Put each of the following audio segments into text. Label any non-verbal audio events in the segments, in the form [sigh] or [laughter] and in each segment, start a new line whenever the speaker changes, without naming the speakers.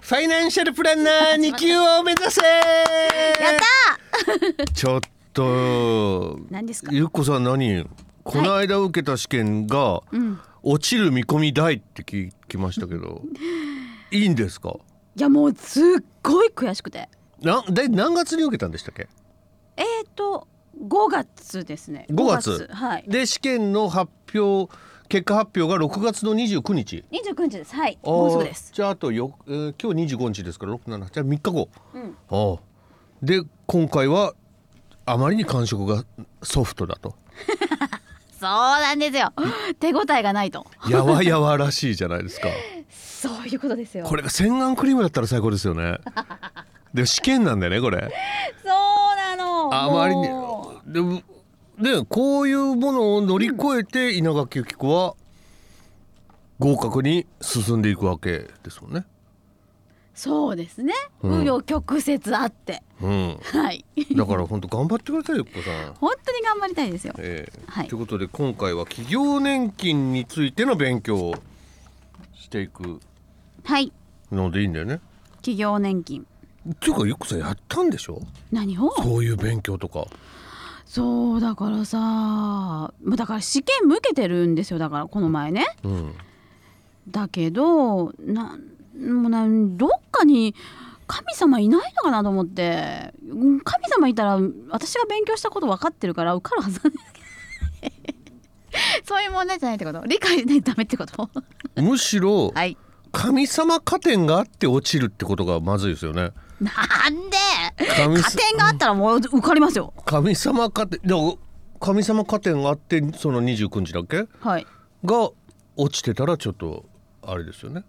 ファイナンシャルプランナー2級を目指せ
やった
[laughs] ちょっと
何ですか
ゆっこさん何この間受けた試験が
うん
落ちる見込み大って聞きましたけどいいんですか
いやもうすっごい悔しくて
なで何月に受けたんでしたっけ
えーと5月ですね
5月
はい
で試験の発表結果発表が6月の29日
29日ですはいもうすぐです
あーじゃああとよ、えー今日25日ですから678じゃあ3日後
うん
ああで今回はあまりに感触がソフトだ
[laughs]
と
そうなんですよ手応えがないと
やわやわらしいじゃないですか
そういうことですよ
これが洗顔クリームだったら最高ですよ
[laughs]
ねでも試験なんだよねこれ
そうなの
あまりに
も
でもねこういうものを乗り越えて稲垣由紀子は合格に進んでいくわけですもんね
うそうですね
うん
紆余曲折あって
うん
はい
だから本当頑張ってくださいよゆっこさん
本当に頑張りたいですよ
ええ
はい
ということで今回は企業年金についての勉強をしていく
はい
のでいいんだよね。
企業年金
っていうかゆっこさんやったんでしょ
何を
そういう勉強とか。
そうだからさまあだから試験向けてるんですよだからこの前ね
うん、
だけどなんもうなんどっかに神様いないのかなと思ってうん神様いたら私が勉強したこと分かってるから受かるはずなんですけど [laughs] そういう問題じゃないってこと理解しないとダメってこと [laughs]
むしろ
はい
神様加点があって落ちるってことがまずいですよね。
なんで
神
加
さ
点があったらもう受かりますよ
神様加点だから神様加点があってその29日だっけ
はい
が落ちてたらちょっとあれですよね。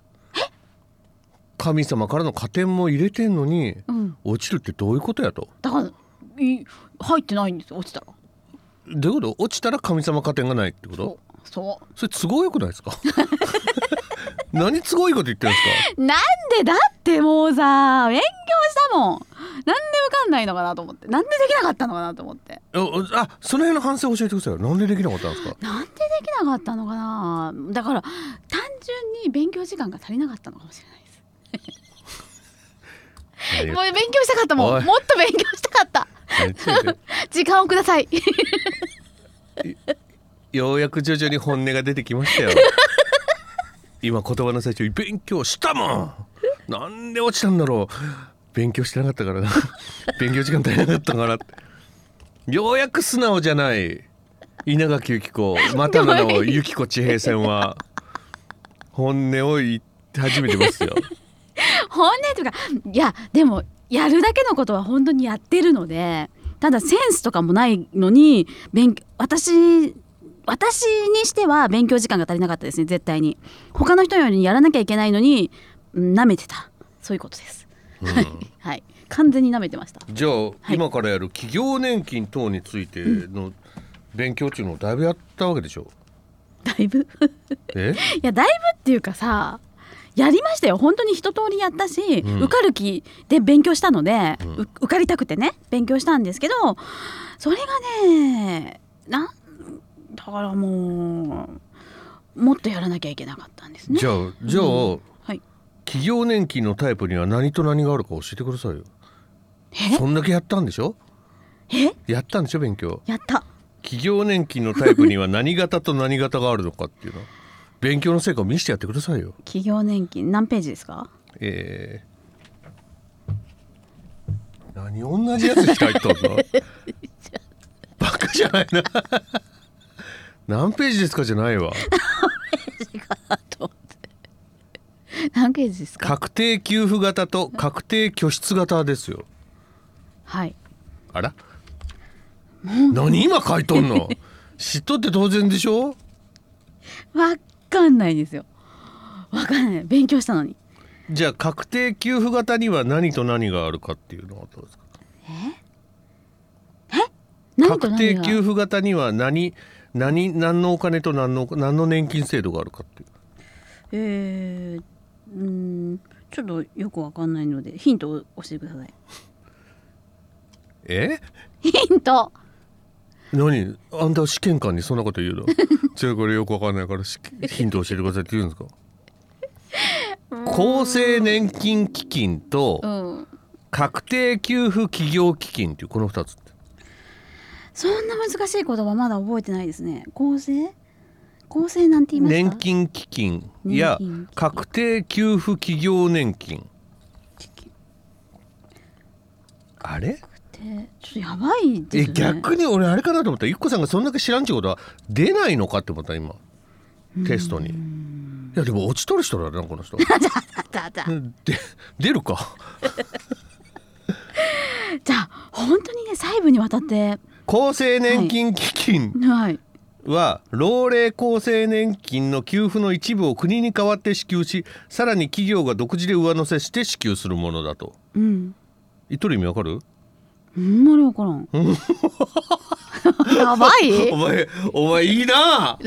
神様からの加点も入れてんのに
うん
落ちるってどういうことやと。
だからい入ってないんですよ落ちたら
どういうこと落ちたら神様加点がないってこと
そうそう
それ都合よくないですか [laughs] 何都合いいこと言ってるんです
なんでだってもうさ勉強したもんなんで受かんないのかなと思ってなんでできなかったのかなと思って
かあ [laughs] あその辺の反省教えてくださいよなんでできなかったん
[laughs]
ですか
なんでできなかったのかなだから単純に勉強時間が足りなかったのかもしれないですもう勉強したかったも
お
ん
い
もっと勉強したかった
何言ってんの
[laughs] 時間をください
ようやく徐々に本音が出てきま
[laughs]
したよ今言葉の最中に勉強したもんなんで落ちたんだろう勉強してなかったからな [laughs] 勉強時間足りなかったからようやく素直じゃない稲垣由紀子またな
[laughs]
の由紀子地平線は本音を言って初めてますよ
本音というかいやでもやるだけのことは本当にやってるのでただセンスとかもないのに勉強私私にしては勉強時間が足りなかったですね絶対に他の人よりやらなきゃいけないのになめてたそういうことです、はい [laughs] はい完全になめてました
じゃあ、
い
今からやる企業年金等についての勉強っていうのをだいぶやったわけでしょ
だいぶ
え
いやだいぶっていうかさやりましたよ本当に一通りやったし、
ん
受かる気で勉強したので、
うん
う受かりたくてね勉強したんですけどそれがねなんだからもうもっとやらなきゃいけなかったんですね
じ。ゃあじゃあ、
うはい、
企業年金のタイプには何と何があるか教えてくださいよそんだけやったんでしょ
え
やったんでしょ勉強
やった
企業年金のタイプには何型と何型があるのかっていうの勉強の成果を見せてやってくださいよ
企業年金何ページですか
えー、何同じやつしか入ったんだバカじゃないな何ページですかじゃないわ
何ページですか
確定給付型と確定拠出型ですよ
はい
あら何今書いとん
[laughs]
の知っとって当然でしょ
わかんないですよわかんない勉強したのに
じゃあ確定給付型には何と何があるかっていうのはどうですか
何と
確
何
定
が
給付型には何何何のお金と何のお金何の年金制度があるかっていう
えー、うーんちょっとよくわかんないのでヒントを教えてください。
え
ヒント
何あんた試験官にそんな
[laughs]
こと言うのじゃあこれよくわかんないからしヒント教えてくださいって言うんですか厚生年金基金と
うん、
確定給付企業基金っていうこの2つって
そんな難しい言葉まだ覚えてないですね構成構成なんて言いました
年金基金や
年金基金
確定給付企業年金あれ
ってちょっとやばい
え
ですよね [laughs]
逆に俺あれかなと思ったゆっこさんがそんだけ知らんってことは出ないのかって思った今テストにいやでも落ちとる人だなこの人で
だだ
出るか
じゃあ本当にね細部にわたって
厚生年金基金
はい
は老齢厚生年金の給付の一部を国に代わって支給しさらに企業が独自で上乗せして支給するものだと
うん
言っとる意味わかる
あんまりわからん [laughs] やば
[laughs]
い
お前お前いいな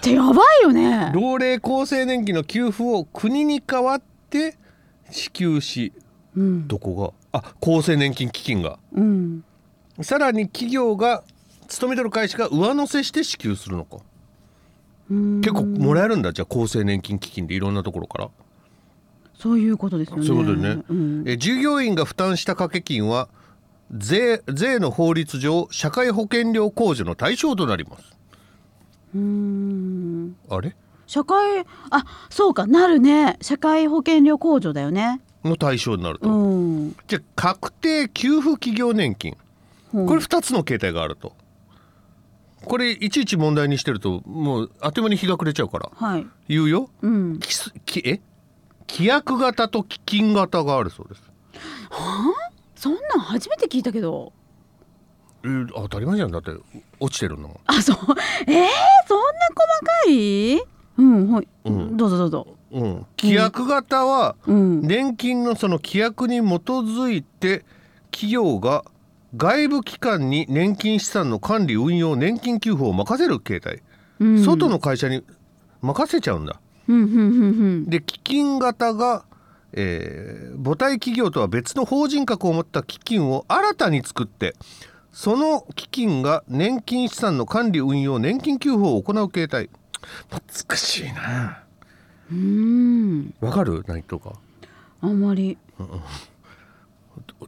じゃあやばいよね
老齢厚生年金の給付を国に代わって支給し
うん
どこがあ厚生年金基金が
うん
さらに企業が勤めてる会社が上乗せして支給するのか
うん
結構もらえるんだじゃあ厚生年金基金でいろんなところから
そういうことですよね
そういうことでね、
うん、
え従業員が負担した掛け金は税税の法律上社会保険料控除の対象となります
うーん
あれ
社会あそうかなるね社会保険料控除だよね
の対象になると、
うん
じゃあ確定給付企業年金
ほう
これ2つの形態があるとこれいちいち問題にしてるともうあっという間に日が暮れちゃうから
はい
言うよ
うん
きすきえ規約型と基金型があるそうです
そんなん初めて聞いたけど
えー当たり前じゃんだって落ちてるの
あそう [laughs] えー、そんな細かいうんはい、
うん
どうぞどうぞ
うん規約型は
うん
年金のその規約に基づいて企業が外部機関に年金資産の管理運用年金給付を任せる形態、
うん
外の会社に任せちゃうんだ
うんうんうん
で基金型が、えー母体企業とは別の法人格を持った基金を新たに作ってその基金が年金資産の管理運用年金給付を行う形態懐かしいな
うんうん
わかる何とか
あんまり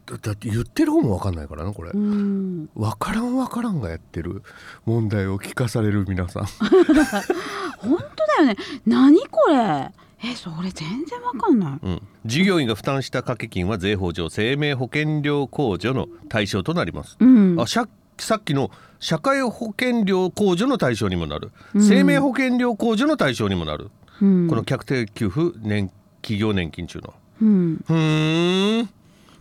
だだって言ってる方もわかんないからなこれ
うん
わからんわからんがやってる問題を聞かされる皆
[laughs]
さん
本当だよね何これえそれ全然わかんない
うん従業員が負担した掛け金は税法上生命保険料控除の対象となります
うん
あささっきの社会保険料控除の対象にもなる、生命保険料控除の対象にもなる、
うん
この客定給付年企業年金中の
うん
ふーん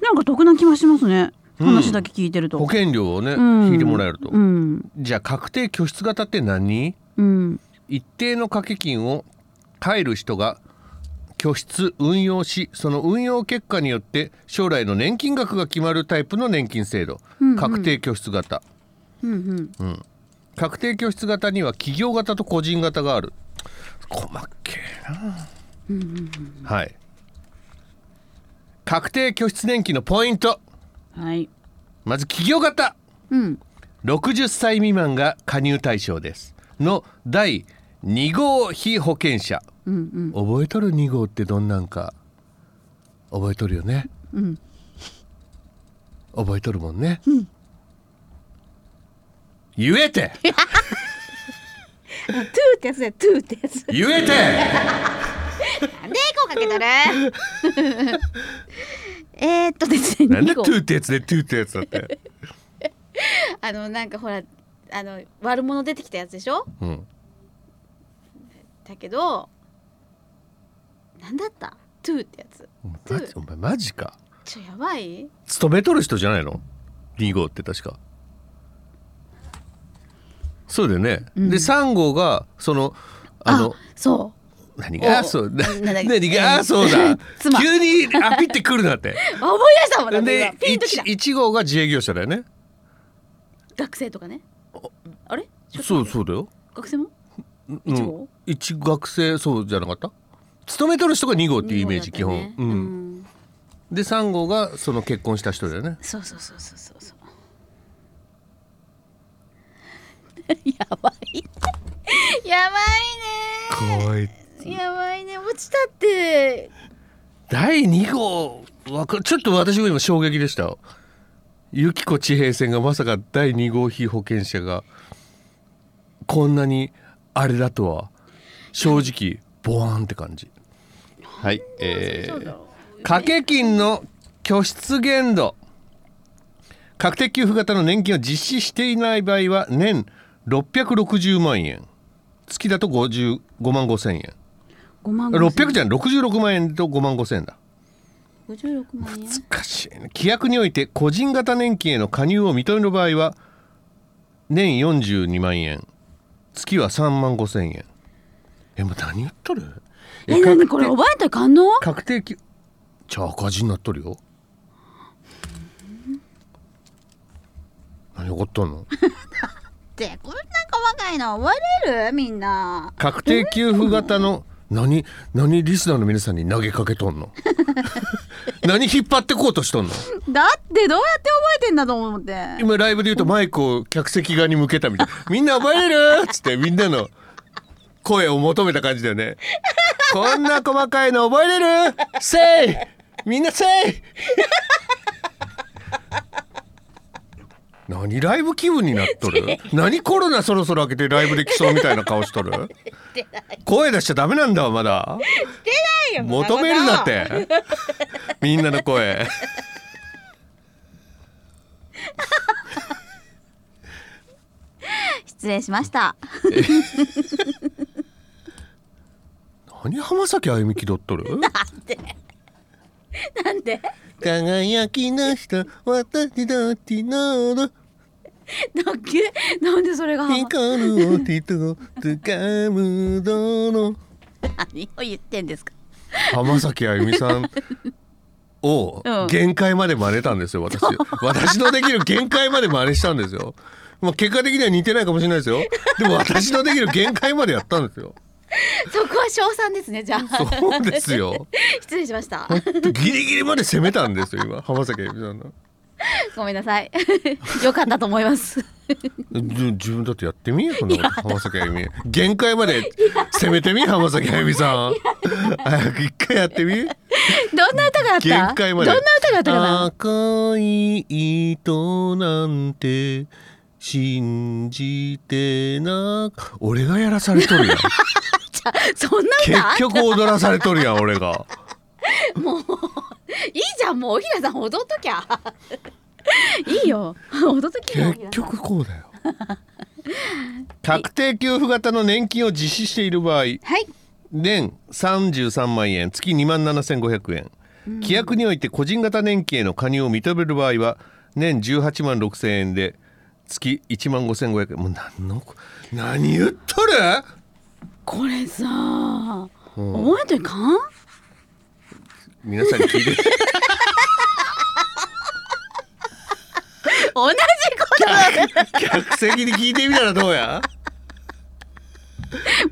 なんか得な気がしますね
うん
話だけ聞いてると
保険料をね、
うん
引いてもらえると、
うん
じゃあ確定拠出型って何
うん
一定の掛け金を入る人が拠出運用しその運用結果によって将来の年金額が決まるタイプの年金制度、
うんうん
確定拠出型
うんうん
確定拠出型には企業型と個人型がある細けえな、はい確定拠出年金のポイント
はい
まず企業型
うん
60歳未満が加入対象ですの第2号被保険者、覚えとる2号ってどんなんか覚えとるよね、
うん
覚えとるもんね、言えて
トゥーってやつでトゥーってやつ
言えて
なんでエコーかけたる [laughs] えーっとですね
なんで
[laughs] 二
ト
号
ゥーってやつでトゥーってやつだっ
[laughs]
て
あのなんかほらあの悪者出てきたやつでしょ
うん
だけどなんだったトゥーってやつ
マジお前マジか
ちょやばい
勤めとる人じゃないの2号って確かそうだよね、で3号がそのあの
そ
何
お
があそうだ
なんだっけ
[laughs] 何があそうだ
[laughs] 妻
急にアピってくるなって
[laughs] うあ思い出したもんだって
で
今ピンときた
1, 号が自営業者だよね
学生とかねあれちょっと
そうそうだよ
学生も
うん
一号
一学生そうじゃなかった勤めとる人が2号っていうイメージ、基
二号だった
本う
ね、
んで3号がその結婚した人だよね
そうそうそうそうそう [laughs] そうやばい [laughs] やばいね
かわいい
やばいね落ちたって
第2号わかちょっと私も今衝撃でしたゆきこ地平線がまさか第2号被保険者がこんなにあれだとは正直ボワーンって感じはいえー掛け金の拠出限度確定給付型の年金を実施していない場合は年660万円月だと55万5千円
5万
600じゃん66万円と5万5千円だ
56万円
難しいね規約において個人型年金への加入を認める場合は年42万円月は3万5千円えもう何言っとる
え何これ
確定
覚えたらかんの
確定給じゃあ赤字になっとるよ何怒っとんの
ってこんな細かいの覚えれるみんな
確定給付型の何何リスナーの皆さんに投げかけとんの何引っ張ってこうとしとんの
[laughs] だってどうやって覚えてんだと思って
今ライブで言うとマイクを客席側に向けたみたいな「みんな覚える?」っつってみんなの声を求めた感じだよね「こんな細かいの覚えれるせいみんなせい!」何ライブ気分になっとる何コロナそろそろ明けてライブできそうみたいな顔しとる声出しちゃダメなんだわまだ求めるなってみんなの声
失礼しました [laughs]
何浜崎あゆみ気取っとる
なんで
輝きの人私だってなら
だっけなんでそれが何
光を人掴むどの
を言ってんですか
浜崎あゆみさんを
うん
限界まで真似たんですよ私私のできる限界まで真似したんですよまあ結果的には似てないかもしれないですよでも私のできる限界までやったんですよ
そこは賞賛ですねじゃあ
そうですよ
[laughs] 失礼しました
ほんとギリギリまで攻めたんですよ今浜崎あゆみさんの
ごめんなさい [laughs] よかったと思います [laughs]
じ自分だってやってみよこの浜崎あゆみ限界まで攻めてみ浜崎あゆみさん早く一回やってみ
どんな歌があった
限界まで
どんな歌があったかな
赤い糸なんて信じてなく俺がやらされ
[laughs]
とるやん
じゃあそんな
結
歌
局踊らされとるやん俺が
いいじゃんもうおひらさん踊っときゃ [laughs] いいよ踊っときゃ
結局こうだよ確定給付型の年金を実施している場合
はい
年33万円月2万7500円、規約において個人型年金への加入を認める場合は年18万6000円で月1万5500円もう何の何言っとる
これさ、覚えてかん
皆さんに聞いて
同じこ
客席に聞いてみたらどうや
と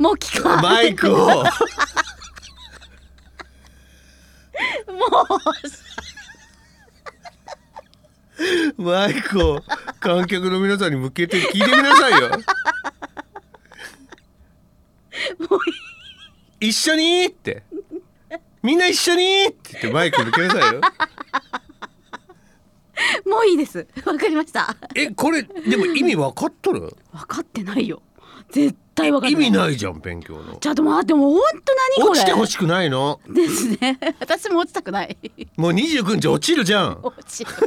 もう聞かん
マイクを
も
マイクを観客の皆さんに向けて聞いてみなさいよ
うもう
一緒にってみんな一緒にって言ってマイク向けなさいよ
いもういいですわかりました
えこれでも意味分かっとる
分かってないよ絶対分かって
意
ない
味ないじゃん勉強の
ちょっと待ってもうほんと何これ
落ちてほしくないの
ですね [laughs] 私も落ちたくない
もう29日落ちるじゃん
落ちる [laughs]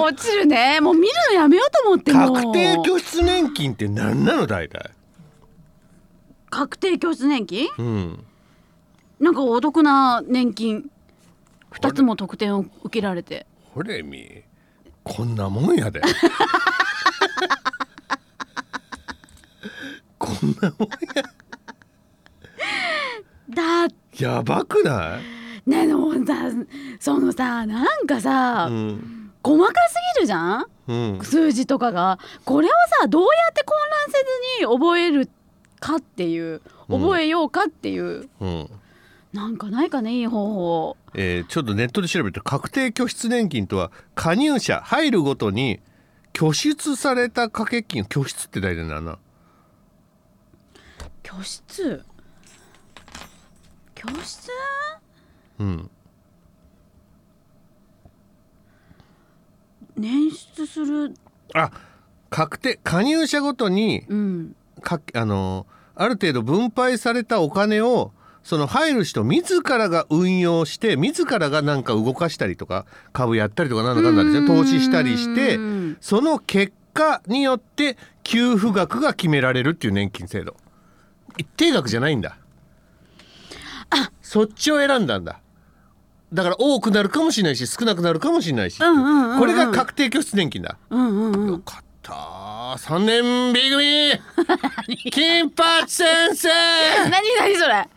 落ちるねもう見るのやめようと思ってもう
確定拠出年金って何なの大体
確定教室年金
うん
なんかお得な年金二つも特典を受けられて
ほれみこんなもんやでこんなもん
だ
やばくな
ねでもさそのさなんかさ、
いうん
細かすぎるじゃん
うん
数字とかがこれをさどうやって混乱せずに覚えるかっていう
うん
覚えようかっていう、
うん
なんかないかねいい方法
えーちょっとネットで調べて確定拠出年金とは加入者入るごとに拠出された掛け金拠出って大体なんだな
教室教室
うん
捻出する
あ確定加入者ごとに
うん
かあのある程度分配されたお金をその入る人自らが運用して自らがなんか動かしたりとか株やったりとかなんだかんだでしょ投資したりして
うん
その結果によって給付額が決められるっていう年金制度一定額じゃないんだそっちを選んだんだだから多くなるかもしれないし少なくなるかもしれないし、
うんうんうんうん
これが確定拠出年金だ
うんうんう
よ
ん
かった3年 B 組
[laughs]
金八先生
何何それ [laughs]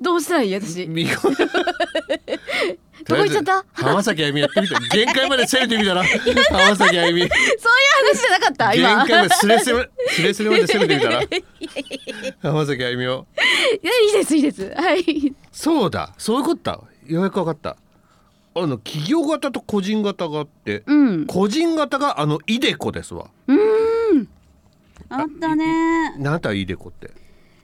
どうしたらいい私
見事ど
どこ行っちゃった
浜崎あゆみやって
[laughs]
みた限界まで攻めてみたら浜崎あゆみ限
そういう話じゃなかった今
界までスレスレスレスレまで攻めてみ
[laughs]
たら浜崎あゆみを
いやいいですいいですはい
そうだそういうことだようやく分かったあの企業型と個人型があって、
うん
個人型があのイデコですわ
あったね
なんだイデコって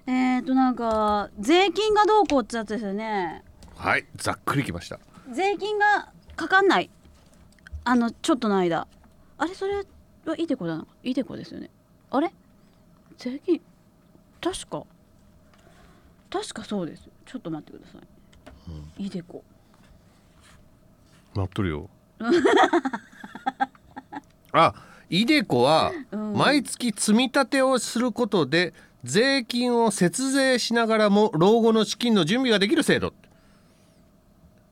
えー、となんか税金がどうこうってやつですよね
はいざっくりきました
税金がかかんないあのちょっとの間あれそれはいでこだなイデコですよねあれ税金確か確かそうですちょっと待ってください、イデコ
なっとるよ [laughs] あイデコは
うん
毎月積み立てをすることで税金を節税しながらも老後の資金の準備ができる制度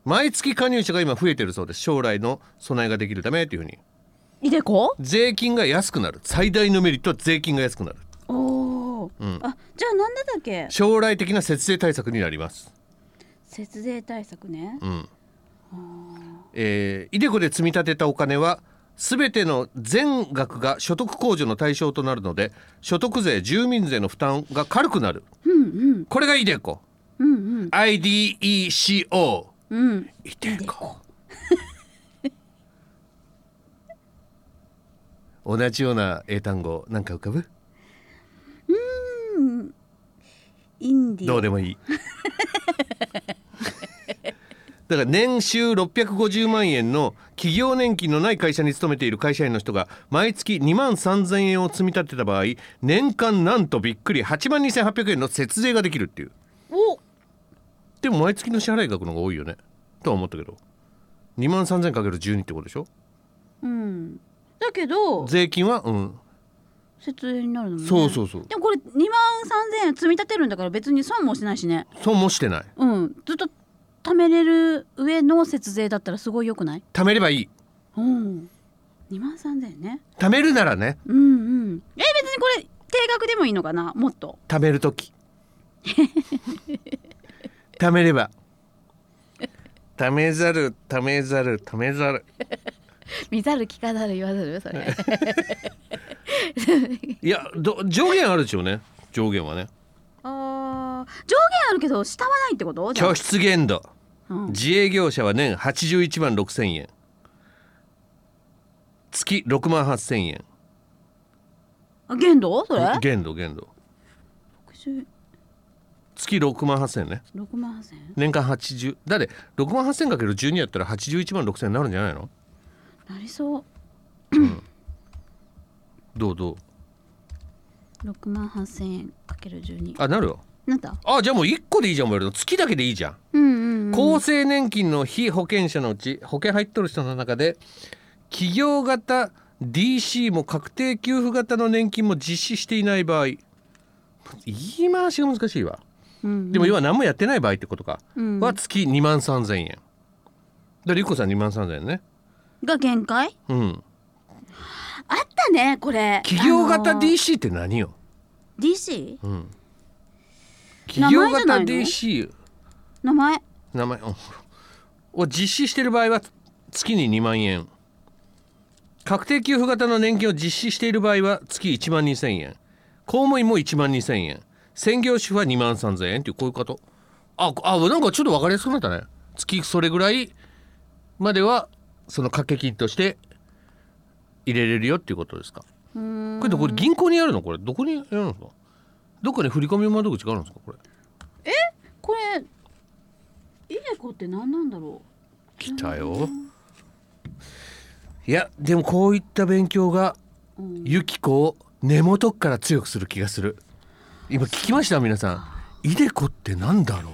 毎月加入者が今増えてるそうです将来の備えができるためというふうに
イデコ
税金が安くなる最大のメリットは税金が安くなる
おお、あじゃあなんでだっけ
将来的な節税対策になります
節税対策ね
うんえー、イデコで積み立てたお金は全ての全額が所得控除の対象となるので所得税住民税の負担が軽くなる
うんうん
これがイデコ
うんうん
IDECO
うん
イデコ [laughs] 同じような英単語なんか浮かぶ
インディ
どうでもいいだから年収650万円の企業年金のない会社に勤めている会社員の人が毎月2万3000円を積み立てた場合年間なんとびっくり8万2800円の節税ができるっていう
お
でも毎月の支払い額の方が多いよねとは思ったけど2万3000かける12ってことでしょ
うんだけど
税金はうん
節税になるのも、ね、
そうそうそう
でもこれ2万3000円積み立てるんだから別に損もしてないしね
損もしてない
うんずっと貯めれる上の節税だったらすごい良くない
貯めればいい
うん2万3000円ね
貯めるならね
うんうんえ別にこれ定額でもいいのかなもっと
貯める時 [laughs] 貯めれば貯めざる貯めざる貯めざる
見ざる聞かざる言わざるそれ
いやど上限あるでしょうね上限はね
[laughs] あー上限あるけど下はないってことじゃあ
拠出限度
うん
自営業者は年81万6千円月6万8千円
あ限度それ
限度限度
60
月6万8千円ね
6万8000円
年間80だって6万8千かける12やったら81万6千円になるんじゃないの
なりそう
どうどう
6万8000円かける12
あなるよ
なんだ
あじゃあもう1個でいいじゃんもうやるの月だけでいいじゃん
うんうん、うん、
厚生年金の非保険者のうち保険入っとる人の中で企業型 DC も確定給付型の年金も実施していない場合言い回しが難しいわ
うんうん、
でも要は何もやってない場合ってことか、
うん
は月2万3000円だからゆっこさん2万3000円ね
が限界
うん
あったねこれ
企業型
あのー
DC って何よ、
DC
うん、
名
企業
前じゃ
型
ないの
DC
名前
名前うんを実施している場合は月に2万円確定給付型の年金を実施している場合は月1万2000円公務員も1万2000円専業主婦は2万3000円っていうこういうことあこあなんかちょっと分かりやすくなったね月それぐらいまではその掛け金として入れれるよっていうことですか
うーん
これどこれ銀行にやるのこれどこにやるんですかどっかに振り込み窓口があるんですかこれ
これいい子って何なんだろ
来たよいやでもこういった勉強が
う、うん、
ユキコを根元から強くする気がする今聞きました皆さんイデコってなんだ
[laughs]
ろう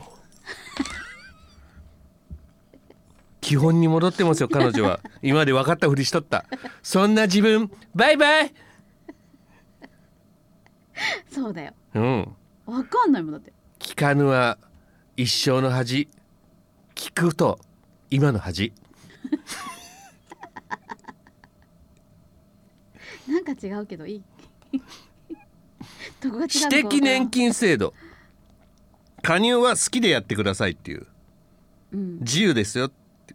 基本に戻ってますよ彼女は今まで分かったふりしとったそんな自分バイバイ
そうだよ
うん
わかんないもんだって
聞かぬは一生の恥聞くと今の恥
なんか違うけどいい [laughs] どこが違うのかわからん
私的年金制度加入は好きでやってくださいっていう
うん
自由ですよって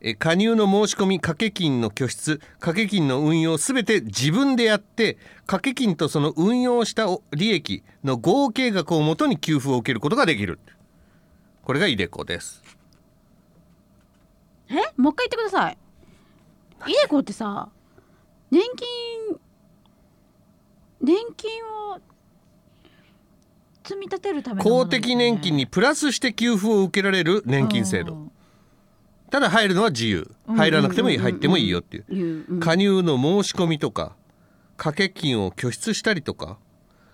え加入の申し込み掛け金の拠出掛け金の運用すべて自分でやって掛け金とその運用したお利益の合計額をもとに給付を受けることができるこれがイデコです
えもう一回言ってくださいイデコってさ年金年金を積み立てるためのもの
公
なんだよね
的年金にプラスして給付を受けられる年金制度ただ入るのは自由
うん
入らなくてもいい
うんうんうん
入ってもいいよっていう
うんいううん
加入の申し込みとか掛け金を拠出したりとか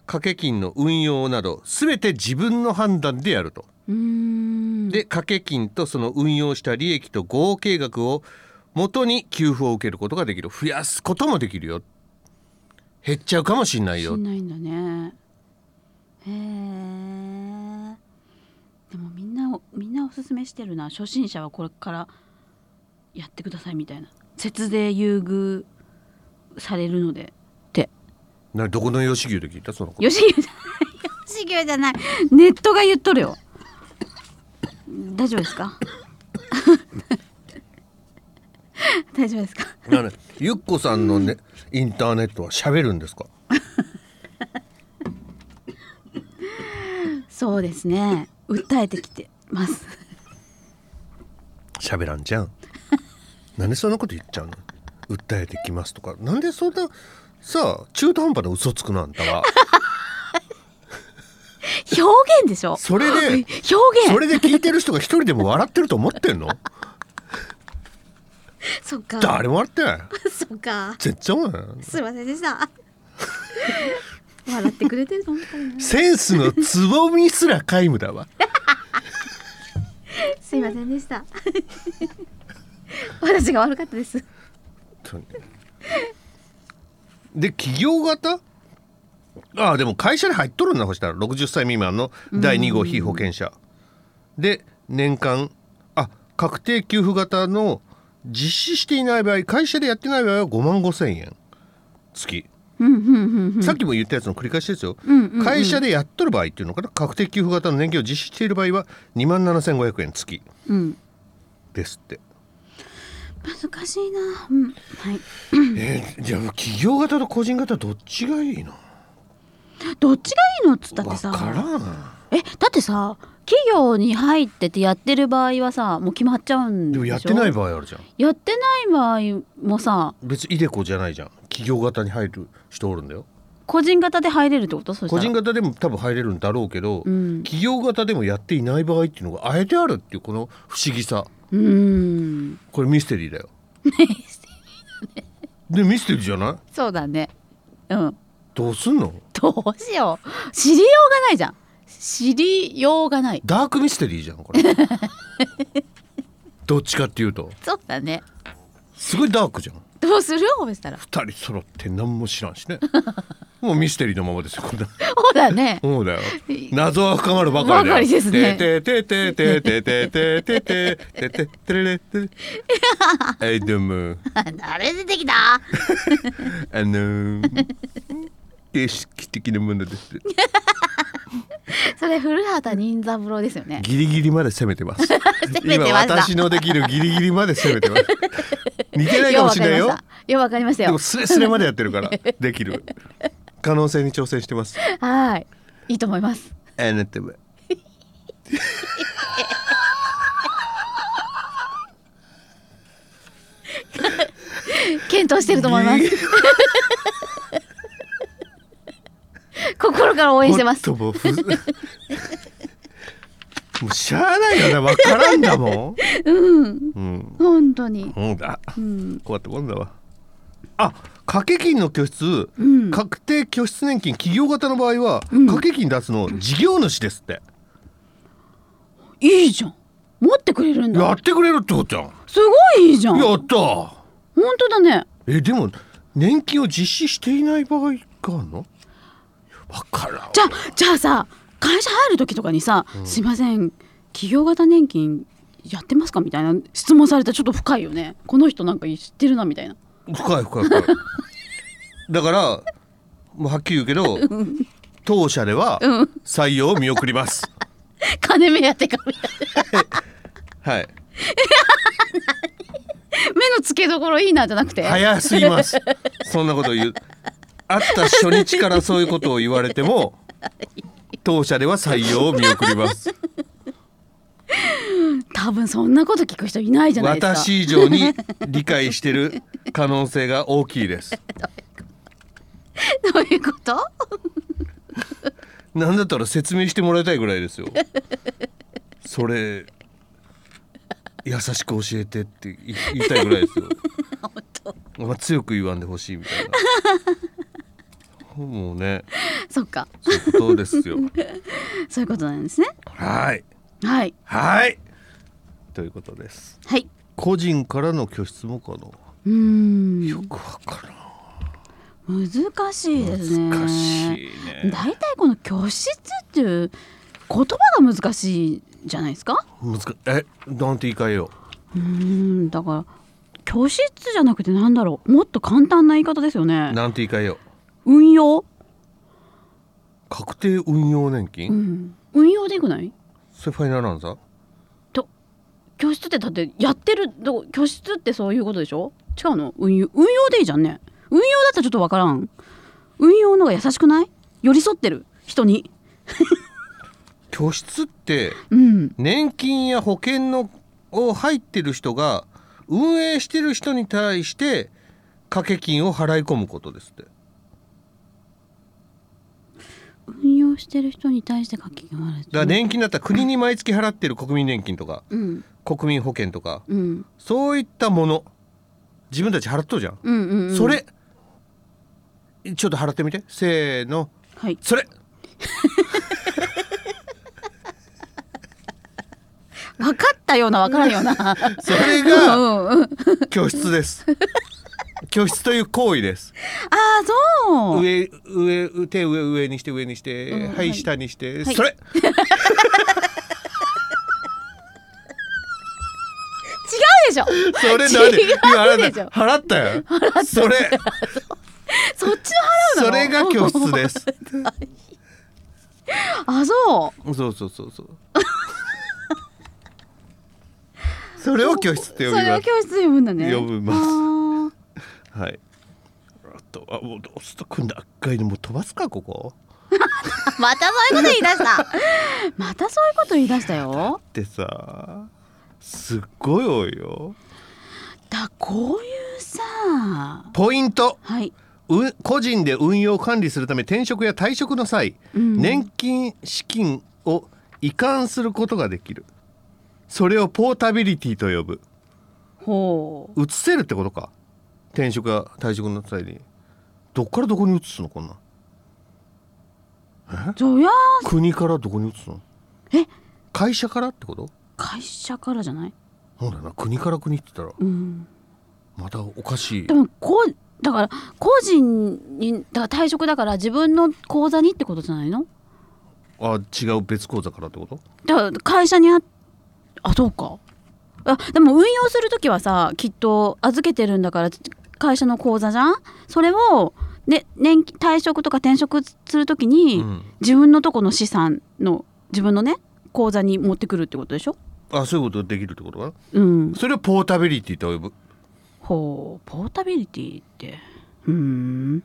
掛け金の運用など全て自分の判断でやると。
うーん
で掛け金とその運用した利益と合計額を元に給付を受けることができる増やすこともできるよ減っちゃうかもしんない
し
よ
ないんだねへえでもみんなおみんなおすすめしてるな初心者はこれからやってくださいみたいな節税優遇されるのでって
などこの吉牛で聞いたそのこと
吉牛じゃない吉牛じゃないネットが言っとるよ大丈夫ですか大丈夫ですか
なのでゆっこさんのね、インターネットは喋るんですか
そうですね訴えてきてます
喋らんじゃん [laughs] なんでそんなこと言っちゃうの訴えてきますとかなんでそんなさあ中途半端な嘘つくなんだわ
表現でしょ
それで
表現
それで聞いてる人が一人でも笑ってると思ってんの
そっか
誰も笑ってない
そっか
絶対思わない
すいませんでした。笑ってくれてると思ったのにな
センスのつぼみすら皆無だわ
すいませんでした。 [laughs] 私が悪かったです。
で企業型ああでも会社に入っとるんだそしたら60歳未満の第2号被保険者で年間あ確定給付型の実施していない場合会社でやってない場合は5万5千円月、
うんうんうん
さっきも言ったやつの繰り返しですよ、
んうんうん
会社でやっとる場合っていうのかな確定給付型の年金を実施している場合は2万7500円月
うん。
ですって、
難しいな。うん。はい。
えーじゃあ企業型と個人型どっちがいいの
どっちがいいのっつったって
わ
さ。
からん
え、だってさ、企業に入っててやってる場合はさ、もう決まっちゃうん
で
でしょ。
もやってない。場合あるじゃん
やってない場合もさ、
別にイデコじゃないじゃん企業型に入る人おるんだよ
個人型で入れるってこと？そした
個
ら
人型でも多分入れるんだろうけど、
うん。
企業型でもやっていない場合っていうのがあえてあるっていうこの不思議さ
うん。
これミステリ
[laughs]
ーだよでミステリーじゃない
そうだね。うん。
どうすんの
どうしよう知りようがないじゃん知りようがない
ダークミステリーじゃん
[laughs]
これどっちかっていうと
そうだね
すごいダークじゃん
どうするほめしたら
二人揃って何も知らんしねもうミステリーのままですよこんな
そうだね [laughs]
そうだよ。謎は深まるばかりだよ。
ばかりですね
てててててててててててててれれて。はいどうも
誰出てきた
あのー形式的なものです。
それ古畑任三郎ですよね
ギリギリまで攻めてます。
めてま
今
した
私のできるギリギリまで攻めてます。似てないかもしれない
ようわ
よ
かりまし。たようわかりました
でも
よ
スレスレまでやってるからできる。可能性に挑戦してます。
はいいいと思います
あなたは。
検討してると思います心から応援してます
[laughs] もっともうふもうしゃあないよねわからんだも
うん
ん、うん
本当に
うん、あ
うん
こうやってもんだわあ掛け金の拠出、
うん
確定拠出年金企業型の場合は、
うん
掛け金出すの事業主ですって、
いいじゃん持ってくれるん
や
だ
ってくれるってことじゃん、
すごいいいじゃん
や
本
った
当だね
えでも年金を実施していない場合があるのわからん
じゃじゃあさ会社入る時とかにさ「すいません企業型年金やってますか?」みたいな質問されたらちょっと深いよねこの人なんか知ってるなみたいな
深い深い深いだからもうはっきり言うけど、当社では
うん
採用を見送ります、
金目当てかみたいな
はい
目の付けどころいいなじゃなくて
早すぎますそんなこと言う会った初日からそういうことを言われても当社では採用を見送ります
多分そんなこと聞く人いないじゃないですか
私以上に理解してる可能性が大きいです
どういうこと [laughs]
なんだったら説明してもらいたいぐらいですよそれ優しく教えてって言い言いたいぐらいですよあんま強く言わんでほしいみたいなもうね
そっか
そういうことですよ
そういうことなんですね
はい
はい
はいということです
はい
個人からの拠出もかな
うーん
よくわから
難しいですね
ん難しいね
大体この拠出っていう言葉が難しいじゃないですか
難しえなんて言い換えよ
うーんだから拠出じゃなくてなんだろうもっと簡単な言い方ですよ
う
ね
なんて言い換えよう
運用、
確定運用年
う
金
ん、運用でいくない
それファイナルアンサー
拠出ってだってやってるど拠出ってそういうことでしょ違うの運用運用でいいじゃんね運用だったらちょっとわからん運用の方が優しくない寄り添ってる人に
拠出って
うん
年金や保険のを入ってる人が運営してる人に対して掛け金を払い込むことですって
運用してる人に対して書き込まれて
だから年金だったら国に毎月払ってる国民年金とか
うん
国民保険とか
うん
そういったもの自分たち払っとるじゃん、
うんうん、うん、
それちょっと払ってみてせーの
はい
それ
分かったような分からんような
それが
[laughs] うんうん、あ
拠出です拠出という行為です
あそう
上上手上上にして上にして、
うん
は
はいい
下にして、
はい
それ
違うでしょ
それ何
違うでしょ
今あなた払ったよそ
[laughs]
れ
そっちの
そ
払うの
れが拠出
[laughs]
です
あそ
そうそうそうそうそれを拠出っ
う
て呼
そ
び
れ
ま
は
す
教室で呼ぶんだね
呼びます
す
はいあとはもうどうすと組んだ赤いのもう飛ばすかここ
[laughs] またそういうこと言い出した [laughs] またそういうこと言い出したよ
ってさすっごい多いよ
だこういうさは
ポイント
いう
個人で運用管理するため転職や退職の際、
うん
年金資金を移管することができるそれをポータビリティと呼ぶ
ほう
移せるってことか転職や退職の際にどっからどこに移すのこんなん
そりゃ
国からどこに移すの
え
会社からってこと
会社からじゃない
そうだよな国から国って言ったら
うん
またおかしい
でもこうだから個人にだから退職だから自分の口座にってことじゃないの
あ違う別口座からってこと
だから会社にああそうかあでも運用する時はさきっと預けてるんだから会社の口座じゃんそれをで年金退職とか転職する時に、
うん
自分のとこの資産の自分のね口座に持ってくるってことでしょ
あそういうことできるってことかな
うん
それをポータビリティと呼ぶ
ほうポータビリティってうーん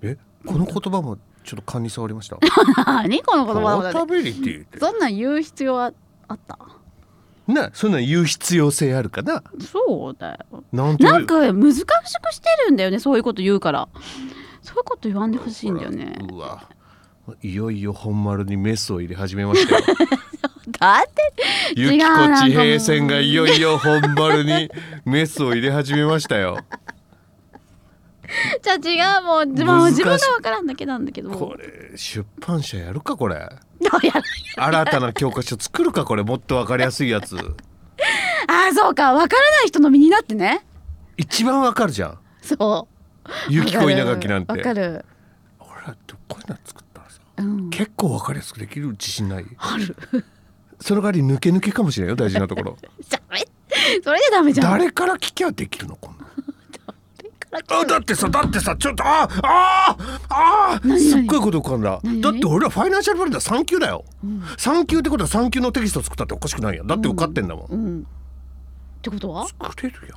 えこの言葉もちょっと勘に触りました
[laughs] 何この
ポ
言葉
ータビリティって
そんなん言う必要はあった
ねそんなん言う必要性あるかな
そうだよ
なんと
なんか難しくしてるんだよねそういうこと言うからそういうこと言わんでほしいんだよね
うわいよいよ本丸にメスを入れ始めましたよ
だって
ゆ
違う
きこ
なんかもう
地平線がいよいよ本丸にメスを入れ始めましたよ。
じゃあ違うもう自分
難しい
自分が分からんだけなんだけど
これ出版社やるかこれ。
どうやら
新たな教科書作るかこれもっとわかりやすいやつ。
[laughs] ああそうか分からない人の身になってね
一番わかるじゃん。
そう
ゆきこ稲垣なんて。
分かる
俺だってこういうの作ったらさ、
うん
結構わかりやすくできる自信ない。
ある [laughs]
その代わり抜け抜けかもしれないよ大事なところ。
ダメそれでダメ [laughs] じゃん
誰から聞きゃできるのこんなの。
誰から
あだってさだってさちょっとああああ
何
すっごいこと浮かんだ
何
だって俺はファイナンシャルバレーだ3級だよ、三3級ってことは3級のテキスト作ったっておかしくないやんだって受かってんだもん、
うんってことは
作れるやん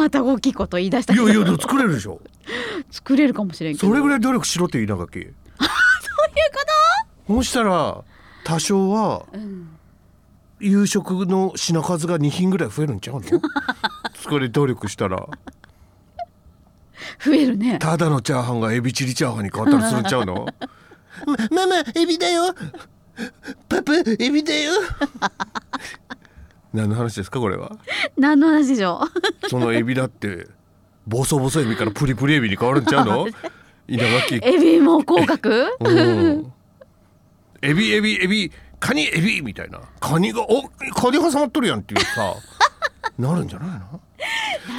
また大きいこと言い出した
い
けど
やいやでも作れるでしょ
作れるかもしれんけど
それぐ
らい
らい努力しろって稲垣そういうことそしたら多少は
うん、
夕食の品数が2品ぐらい増えるんちゃうの
[laughs]
それ努力したら
増えるね
ただのチャーハンがエビチリチャーハンに変わったりするんちゃうのママエビだよパパエビだよ何の話ですかこれは
何の話でしょう
[laughs] そのエビだってボソボソエビからプリプリエビに変わるんちゃうの稲垣
エビも広
[laughs]
角
うんエビエビエビカニエビみたいなカニがおカニ挟まっとるやんっていうさ [laughs] なるんじゃないの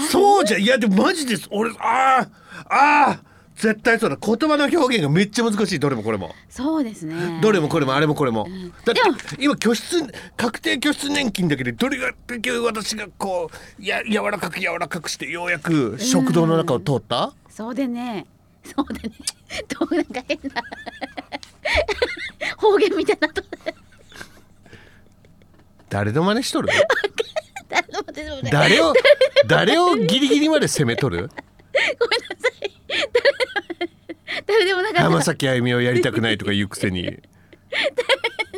そうじゃいやでもマジです俺あーあー絶対そうだ言葉の表現がめっちゃ難しいどれもこれも
そうですね
どれもこれもあれもこれもだって
でも
今拠出確定拠出年金だけでどれがだけ私がこうや柔らかく柔らかくしてようやく食堂の中を通った
そうでねそうでねどうなんか変な方言みたいなと
誰の真似しとる
誰のも出てこない
誰を誰をギリギリまで攻めとる
誰でもなか
浜
った
崎あゆみをやりたくないとか言うくせに [laughs]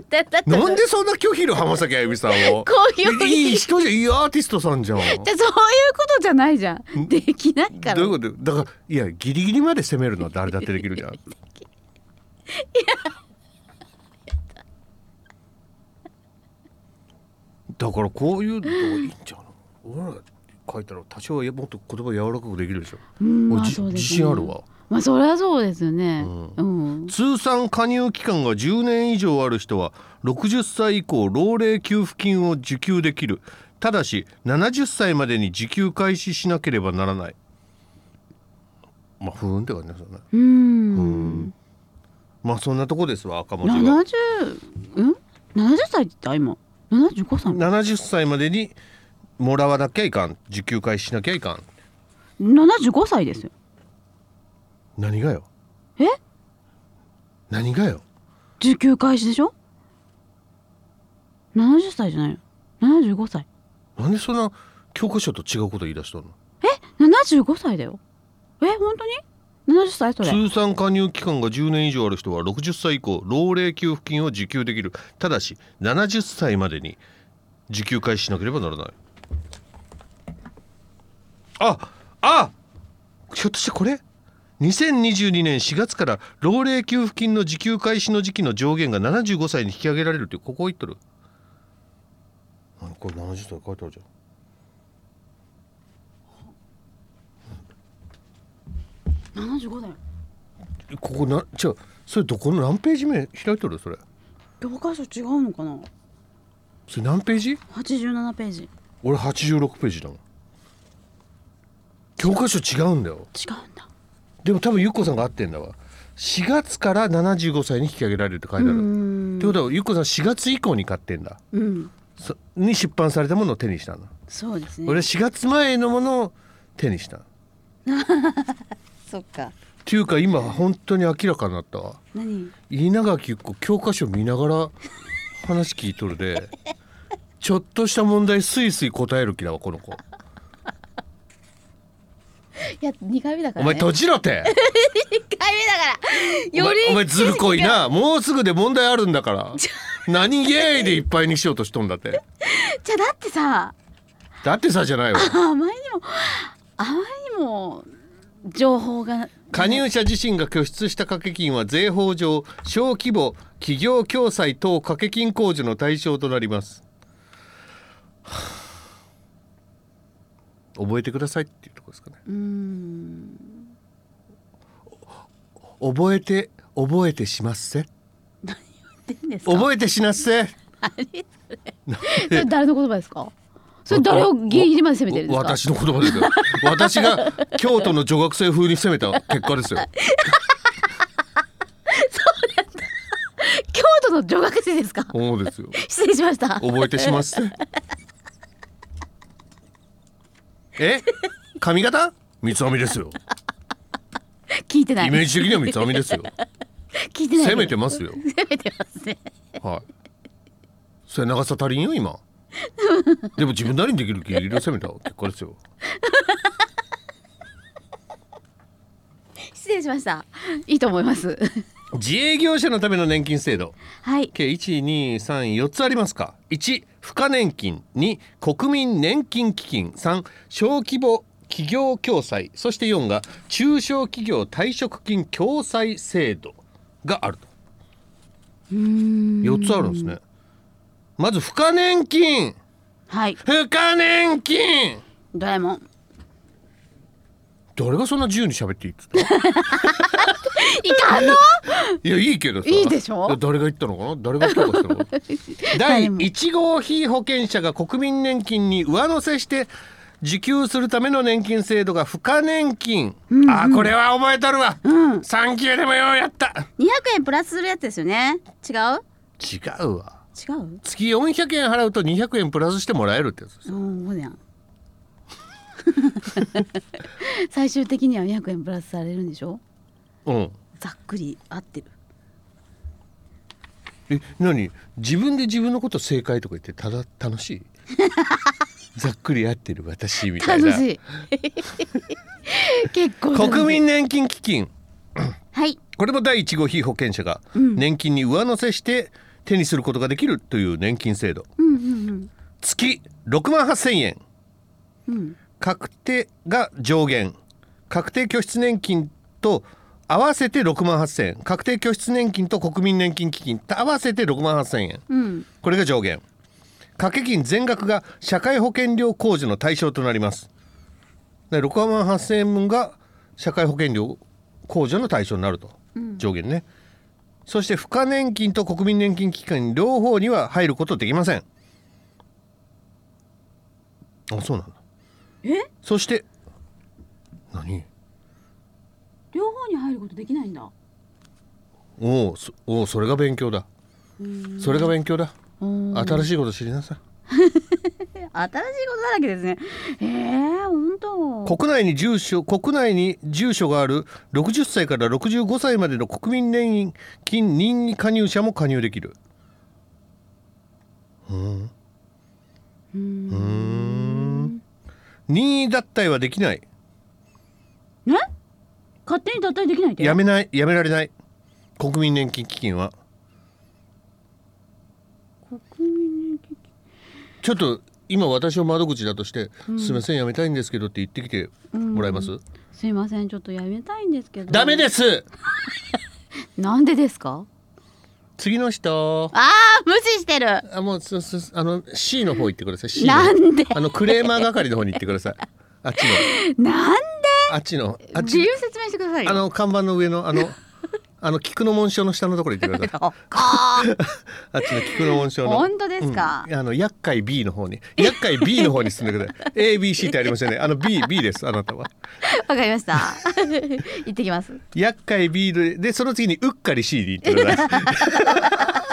誰だった
なんでそんな拒否る浜崎あゆみさんを
[laughs] こういう
いい人じゃんいいアーティストさんじゃん
じゃあそういうことじゃないじゃんできないから
どういうことだからいやギリギリまで攻めるのは誰だってできるじゃんだからこういうのいいんじゃん俺らが書いたら多少はもっと言葉柔らかくできるでしょ、
うんまあ
俺じ
そうですね
自信あるわ
まあそれはそうですよねうん、
通算加入期間が10年以上ある人は60歳以降老齢給付金を受給できるただし70歳までに受給開始しなければならないまあ不運って感じですよね
うん、
まあそんなとこですわ赤文字は
七十、うん、七十歳って言った今、七十五歳。
70歳までにもらわなきゃいかん受給開始しなきゃいかん
七十五歳ですよ。
何がよ
え、
何がよ
受給開始でしょ七十歳じゃないの。七十五歳。
なんでそんな教科書と違うこと言い出したの
七十五歳だよ。え、本当に。七十歳それ。
通算加入期間が10年以上ある人は60歳以降老齢給付金を受給できるただし70歳までに受給開始しなければならないああひょっとしてこれ2022年4月から老齢給付金の受給開始の時期の上限が75歳に引き上げられるってここ言っとる何これ70歳書いてあるじゃん
七十五だよ。
ここな違うそれどこの何ページ目開いとるそれ
教科書違うのかな。
それ何ページ
八十七ページ。違うん
俺86ページだもん教科書違うんだよ
だ。
でも多分ゆっこさんが合ってんだわ4月から75歳に引き上げられるって書いてある、
うん
ってことはゆっこさん4月以降に買ってんだ
うん。
そに出版されたものを手にしたの、
そうです
俺
ね。
4月前のものを手にしたっ
そっか。
ていうか今本当に明らかになったわ
何。
稲垣ゆっこ教科書見ながら話聞いとるでちょっとした問題スイスイ答える気だわこの子
いや、二回目だか
お前
ら、ね。
閉じろって
一回目
お
だから。よ
前
り。
お前ずるこいなもうすぐで問題あるんだ [laughs] から何イエーイでいっぱいにしようとしとんだって
じゃあだってさ
だってさじゃない [laughs] わ
あまりにもあまりにも情報が
加入者自身が拠出した掛け金は税法上小規模企業共済等掛け金控除の対象となります [sighs] はあ覚えてくださいっていうところですかね
うーん
覚えて覚えてしますせ
言ってんですか
覚えてしなっせ
それ誰の言葉ですかそれ誰をギリギリまで攻めてるんです
わ
か
私の言葉ですよ私が京都の女学生風に攻めた結果ですよ
京都の女学生ですか
そうですよ
失礼しました
覚えてしますせえ髪型三つ編みですよ
聞いてない
イメージ的には三つ編みですよ
聞いてない
攻めてますよ
攻めてますね
はいそれ長さ足りんよ今でも自分なりにできるギリギリを攻めた結果ですよ
失礼しましたいいと思います
自営業者のための年金制度
[laughs] はい
計1234つありますか1付加年金2国民年金基金3小規模企業共済そして4が中小企業退職金共済制度があると
うーん
4つあるんですねまず付加年金
はい
付加年金
ドラえもん
誰がそんな自由に喋っていいっつった
いかん [laughs] の
いやいいけどさ
いいでしょ
や誰が言ったのかな誰が評価
[laughs]
したのかな第1号被保険者が国民年金に上乗せして受給するための年金制度が付加年金、あこれは覚えとるわ、
うん
産休でもようやった
200円プラスするやつですよね違う
違うわ
違う
月400円払うと200円プラスしてもらえるってやつです
うんそうやん [laughs] 最終的には200円プラスされるんでしょ
うん
ざっくり合ってる
え何自分で自分のこと正解とか言ってただ楽しい [laughs] ざっくり合ってる私みたい
楽
な
しい [laughs] 結構楽しい
国民年金基金
はい
これも第1号被保険者が年金に上乗せして手にすることができるという年金制度
うんうん
月6万8,000円
うんうん
確定が上限確定拠出年金と合わせて6万8,000円確定拠出年金と国民年金基金と合わせて6万8,000円
うん
これが上限掛け金全額が社会保険料控除の対象となりますで6万8000円分が社会保険料控除の対象になると、上限ねそして付加年金と国民年金基金両方には入ることできませんあそうなんだ
え
そして何
両方に入ることできないんだ
おうそおうそれが勉強だそれが勉強だ
うん
新しいこと知りなさい
新しいことだらけですねえー、本当
国内に住所国内に住所がある60歳から65歳までの国民年金任意加入者も加入できる
うん
任意脱退はできない
ね勝手に脱退できないって
やめないやめられない国民年金基金は
国民年金
ちょっと今私を窓口だとして「すいませんやめたいんですけど」って言ってきてもらえます、
すいませんちょっとやめたいんですけど
ダメです
なんでですか
次の人
あー無視してる
あもうすすあの C の方行ってください C の
なんで
あのクレーマー係の方に行ってく
[laughs]
ださいあっちの
なん
あっちのあっ
理
ち
由説明してくださいよ
あの看板の上のあのあの菊の紋章の下のところ行って
[laughs]
ください。あっちの菊の紋章の。
本当ですか
うんあの厄介 B の方に、厄介 B の方に進んでくださ
[laughs]
い。A B C ってありましたね。あの B B ですあなたは。
わかりました [laughs] 行ってきます
厄介 B ででその次にうっかり C に行ってくださ
[laughs]
い。 [laughs]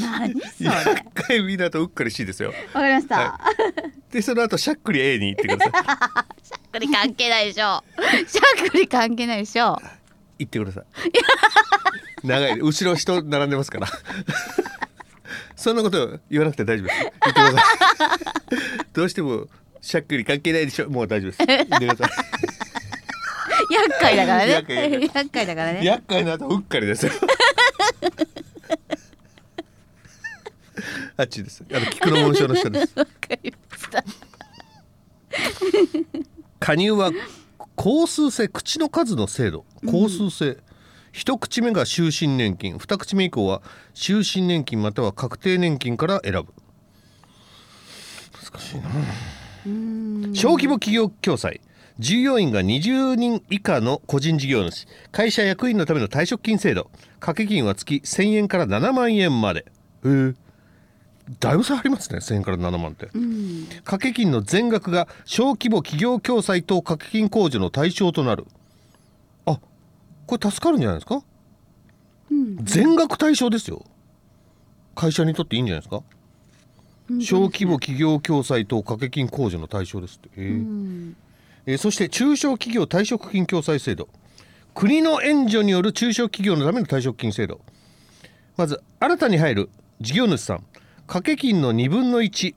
何それわ
厄介 B だとうっかり C ですよ。
かりました、
はでその後しゃっくり A に行ってくださ
しゃっくり関係ないでしょしゃっくり関係ないでしょ
い。行ってください。長い後ろ人並んでますから。そんなこと言わなくて大丈夫です。行ってください。どうしてもしゃっくり関係ないでしょ。もう大丈夫です。行ってください。
厄介だからね
厄介厄
厄介だからね
厄介なとうっかりですよ。あっちです。あの菊の紋章の下です。
わかりました
加入は口数制口の数の制度。口数制。一口目が終身年金二口目以降は終身年金または確定年金から選ぶ難しいな小規模企業共済従業員が20人以下の個人事業主会社役員のための退職金制度掛け金は月1000円から7万円までへえだいぶ差ありますね1000円から7万って、掛け金の全額が小規模企業共済等掛け金控除の対象となるあこれ助かるんじゃないですか、全額対象ですよ会社にとっていいんじゃないですか小規模企業共済等掛け金控除の対象ですって、へええーそして中小企業退職金共済制度国の援助による中小企業のための退職金制度まず新たに入る事業主さん掛け金の2分の1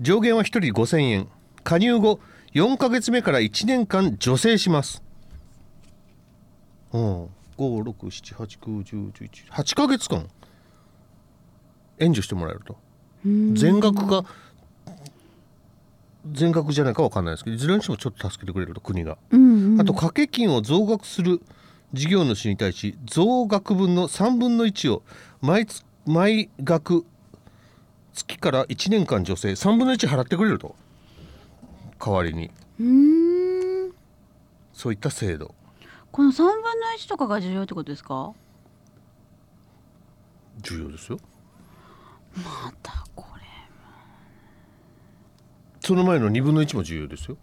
上限は1人5000円加入後4ヶ月目から1年間助成しますうん567891011ヶ月間援助してもらえると全額か全額じゃないかわかんないですけどいずれにしてもちょっと助けてくれると国が、あと掛け金を増額する事業主に対し増額分の3分の1を毎つ毎額月から1年間助成3分の1払ってくれると代わりに
うん
そういった制度
この3分の1とかが重要ってことですか
重要ですよ
またこれ
その前の2分の1も重要ですよ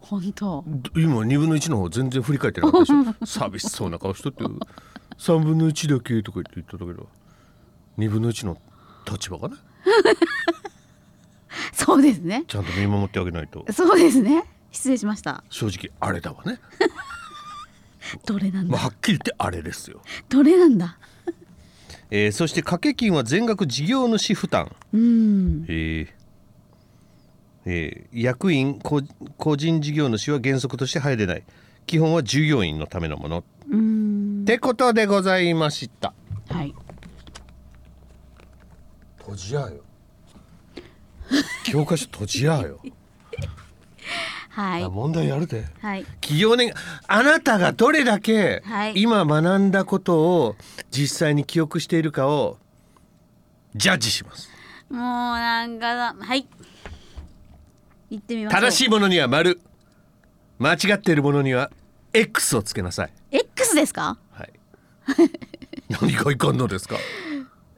本当
今2分の1の方全然振り返ってなかったでしょ寂しそうな顔しとって3分の1だけとか言って言っただけど2分の1の立場がね
そうですね
ちゃんと見守ってあげないと
そうですね失礼しました
正直あれだわね、
どれなんだ、
まあ、はっきり言ってあれですよ、
どれなんだ
えーそして掛け金は全額事業主負担
うん
えーえー役員こ個人事業主は原則として入れない基本は従業員のためのものっ
うん
てことでございました
はい
閉じやよ [laughs] 教科書閉じやよ、
はい
あ問題やるで
はい
企業年あなたがどれだけ
はい
今学んだことを実際に記憶しているかをジャッジします
もうなんかだはい行ってみましょう
正しいものには丸間違っているものには X をつけなさい
X ですか
はい [laughs] 何がいかんのですか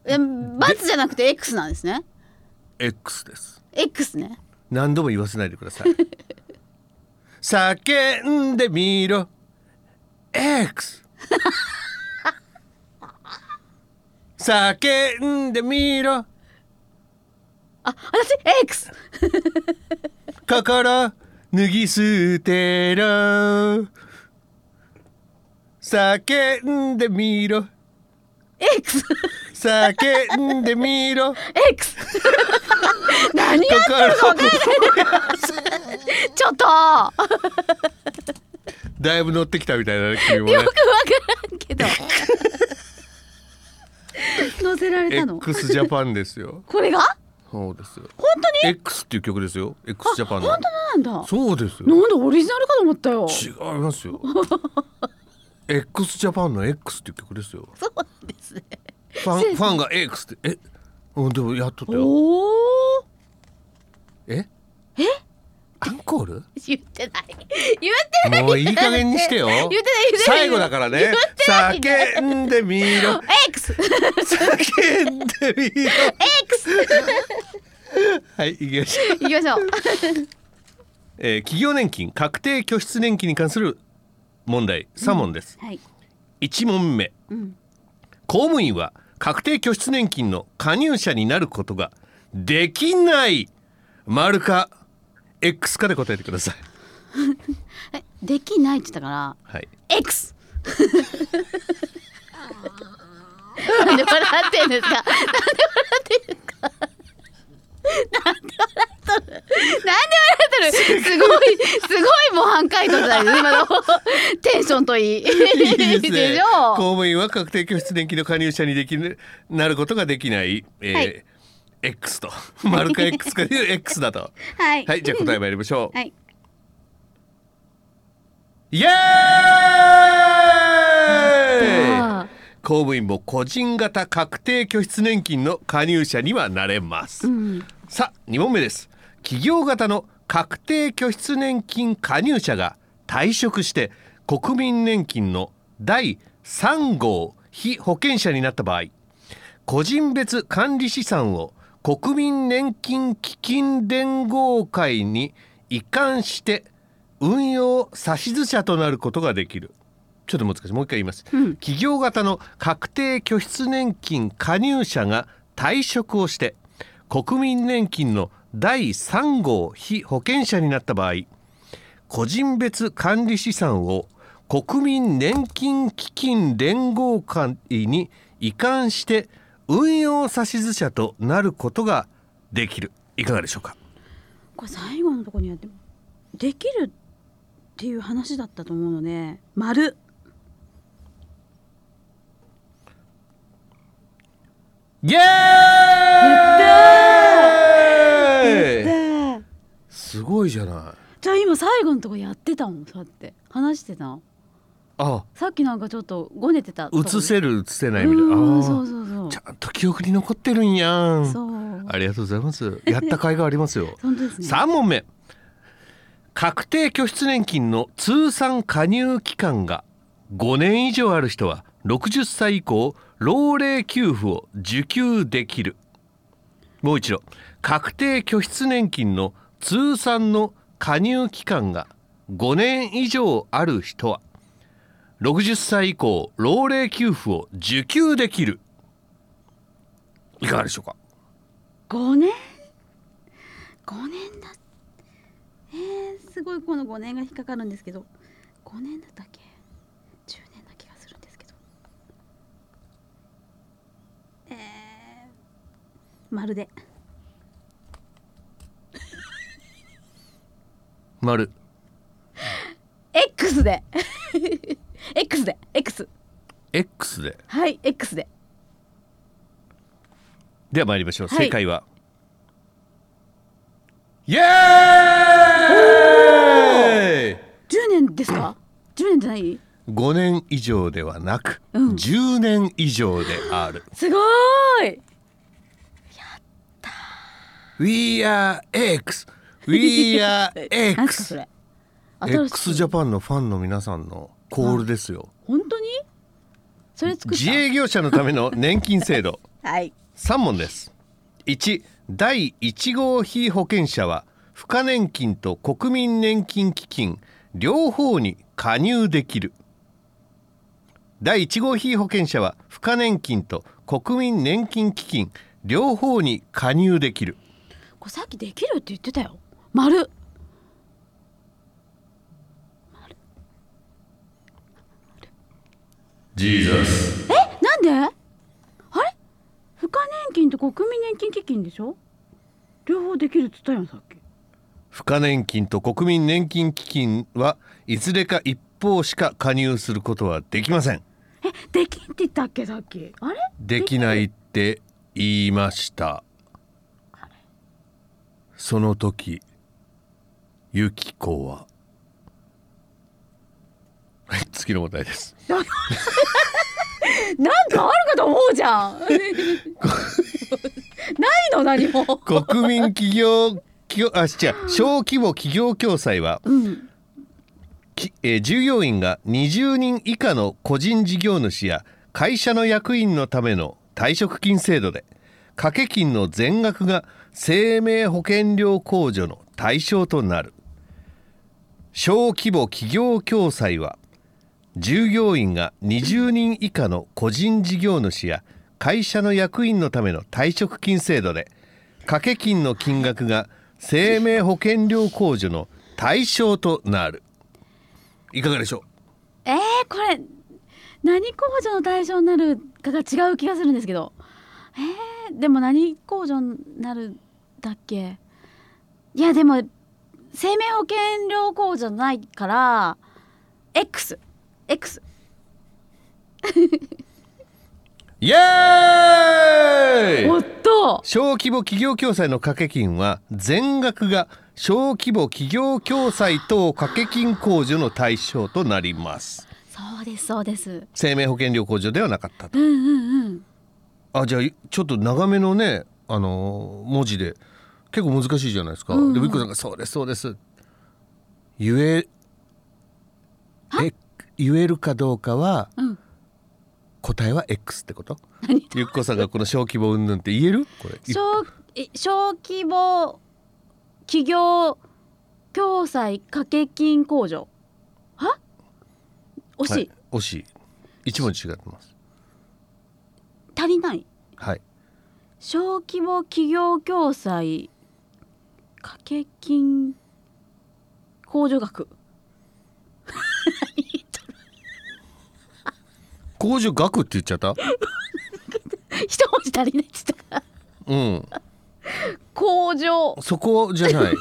えバツじゃなくて X なんですね
X です
X ね
何度も言わせないでくださ [laughs] い叫んでみろ [laughs] X 叫んでみろ
あ私 X
心脱ぎ捨てろ叫んでみろ
X
叫んでみろ
X 何や
心を
ちょっとよくわ
だいぶ乗ってきたみたいだね君もね
からんけど載せられたの
X ジャパンですよ
これが
そうですよ
本当に
X っていう曲ですよ X ジャパンの
本当なんだ
そうですよ
なんでオリジナルかと思ったよ
違いますよ X ジャパンの X っていう曲ですよ
そうなんですね
ファンファンが X ってえうんでもやっとったよ
おお
ええアンコール
言ってない言ってない
もういい加減にしてよ
言ってない言ってない
最後だから
言
ね
ってない
叫んでみろ
X
叫んでみろ
X
はい行きましょう [laughs]
行きましょう
えー企業年金確定拠出年金に関する問題3問です、
はい
1問目、
ん
公務員は確定拠出年金の加入者になることができない丸か X かで答えてくだ
[laughs]
さい
えできないって言ったから
はい
X なんで笑ってんですかなんで笑ってんですかなんで笑っとるなんで笑っとるすごいすごい模範解答だよね今 [laughs] のテンションとい
い
い
いです
で
ね
し
公
ょ
務員は確定拠出年金の加入者にできぬなることができない、えー
は
X と [laughs] 丸か X かで X だと
はい
はいじゃあ答え参りましょう
はい
イエーイ
あ
公務員も個人型確定拠出年金の加入者にはなれます、
ーうん
さあ2問目です企業型の確定拠出年金加入者が退職して国民年金の第3号被保険者になった場合個人別管理資産を国民年金基金連合会に移管して運用指図者となることができるちょっと難しいもう一回言います、
うん
企業型の確定拠出年金加入者が退職をして国民年金の第3号被保険者になった場合個人別管理資産を国民年金基金連合会に移管して運用指図者となることができるいかがでしょうか
これ最後のとこにやってできるっていう話だったと思うので丸
イエーイ
です
ごいじゃない
じゃあ今最後のとこやってたもんそうやって話してた
あ
さっきなんかちょっとごねてたとこ
映せる映せな
う
いみたいなあ
ん
ー
そうそうそう
ちゃんと記憶に残ってるんやん
そう
ありがとうございますやった甲斐があります
[laughs]
よ
本当ですね
3問目確定拠出年金の通算加入期間が5年以上ある人は60歳以降老齢給付を受給できるもう一度確定拠出年金の通算の加入期間が5年以上ある人は60歳以降老齢給付を受給できるいかがでしょうか
五年五年だえー、すごいこの五年が引っかかるんですけど五年だったっけ十年な気がするんですけどえー、まるで
丸
X [laughs] で X で X
X で
はい X で
では参りましょう、
はい
正解はイエーイ
十年ですか十年じゃない
5年以上ではなく、
うん
10年以上である
すごーい
We are X We are
[laughs] なんす
X
かそれ
X ジャ
ン
パンのファンの皆さんのコールですよ
本当にそれ作った
自営業者のための年金制度
はい
3問です1第1号被保険者は付加年金と国民年金基金両方に加入できる第1号被保険者は付加年金と国民年金基金両方に加入できる
これさっきできるって言ってたよ丸
ジーザス
なんであれ付加年金と国民年金基金でしょ両方できるって言ったやんさっき
付加年金と国民年金基金はいずれか一方しか加入することはできません
えできんって言ったっけさっきあれ
できないって言いましたその時ゆきこははい次の問題です
なんかあるかと思うじゃんないの何も
国民企業企業あ違う小規模企業共済は
うん
きえー従業員が20人以下の個人事業主や会社の役員のための退職金制度で掛け金の全額が生命保険料控除の対象となる小規模企業共済は従業員が20人以下の個人事業主や会社の役員のための退職金制度で掛け金の金額が生命保険料控除の対象となるいかがでしょ
えー、これ何控除の対象になるかが違う気がするんですけどえー、でも何控除になるだっけいやでも生命保険料控除ないから XX X
うイエー
お
イ
っと
小規模企業共済の掛け金は全額が小規模企業共済等掛け金控除の対象となります
そうですそうです
生命保険料控除ではなかったと
うんうんうん
あじゃあちょっと長めのねあのー文字で結構難しいじゃないですか、
うんうん
でみっこさんが「そうですそうです」言ええ言えるかどうかは
うん
答えは X ってこと
何
ゆっこさんがこの小規模云々って言えるこれ
小え小規模企業共済掛け金控除は惜しい、
はい、惜しい一文字違ってます
足りない
はい
小規模企業共済掛け金控除額 [laughs]
控除額って言っちゃった
一文字足りないっつったから
うん
控除
そこじゃ
[laughs]
ない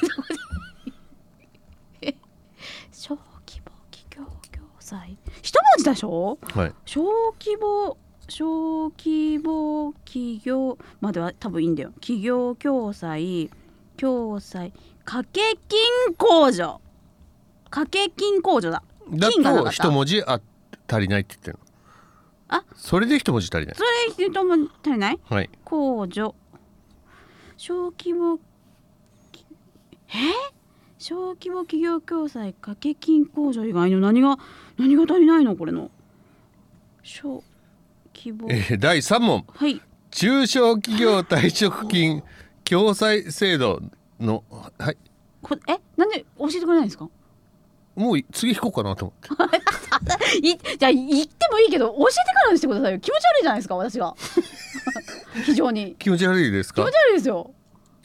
小規模企業共済一文字でしょ
はい
小規模小規模企業までは多分いいんだよ企業共済共済掛け金控除掛け金控除だ
だ
金がなか
と
った
一文字あ足りないって言ってるの
あ
それで一文字足りない
それ一文字足りない
はい
控除小規模きえ小規模企業共済掛け金控除以外の何が何が足りないのこれの小規模
えー第3問
はい
中小企業退職金共済制度のはい
こえなんで教えてくれないんですか
もう次引こうかなと思って
いじゃあ言ってもいいけど教えてからにしてくださいよ気持ち悪いじゃないですか私が [laughs] 非常に
気持ち悪いです
気持
か
ち悪いですよ、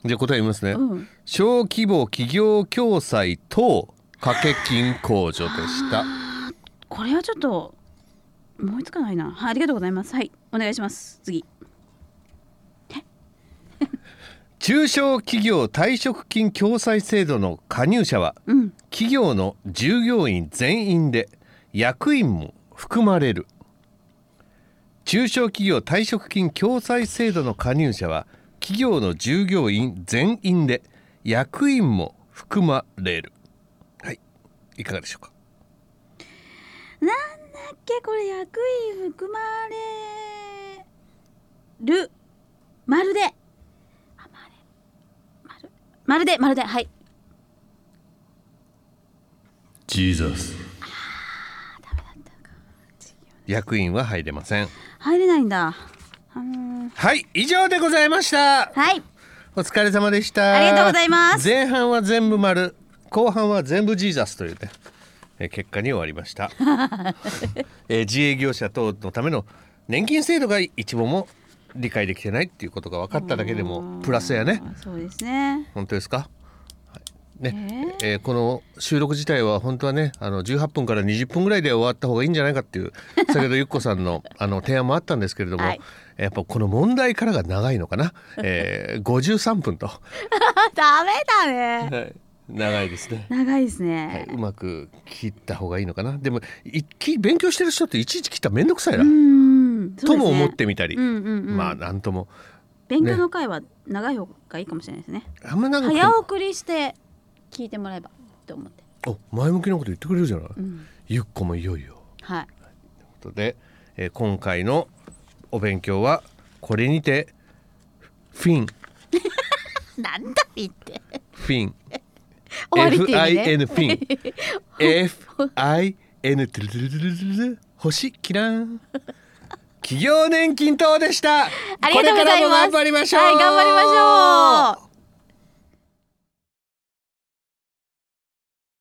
じゃあ答え言いますね、
うん、
小規模企業共済等掛け金控除でした
これはちょっと思いつかないなはいありがとうございますはいお願いします次
中小企業退職金共済制度の加入者は
うん
企業の従業員全員で役員も含まれる中小企業退職金共済制度の加入者は企業の従業員全員で役員も含まれるはいいかがでしょうか
だっけこれ役員含まれるまるであまるまるまるでまるではい
ジーザス役員は入れません
入れないんだあのー
はい以上でございました
はい
お疲れ様でした
ありがとうございます
前半は全部丸後半は全部ジーザスというねえー結果に終わりま
[laughs]
した、えー自営業者等のための年金制度が一問も理解できてないっていうことが分かっただけでもプラスやね
あーそうですね
本当ですかはいね、えーこの収録自体は本当はねあの18分から20分ぐらいで終わった方がいいんじゃないかっていう先ほどゆっこさんの [laughs] あの提案もあったんですけれども、
はい
やっぱこの問題からが長いのかな、えー、53分と、
あダメだね
長いですね。
長いです
はい
ね、、
うまく切った方がいいのかなでも一気勉強してる人っていちいち切ったら面倒くさいな、
うーん
と
そうですね
も思ってみたり、
うんうんうん
まあなんとも
勉強の回は長い方がいいかもしれないですね
あんまなんか
早送りして聞いてもらえばと思って、
お前向きなこと言ってくれるじゃない、
うん、
ゆっこもいよいよ。
はい
ということで、えー今回のお勉強はこれにてフィン
なんだ言って
フィン
終わりっていう意
FIN
味ね
フィン FIN トゥルルルルルルル星キラーン企業年金等でした
ありがとうござ
これか
います
らも頑張りましょう
はい頑張りましょう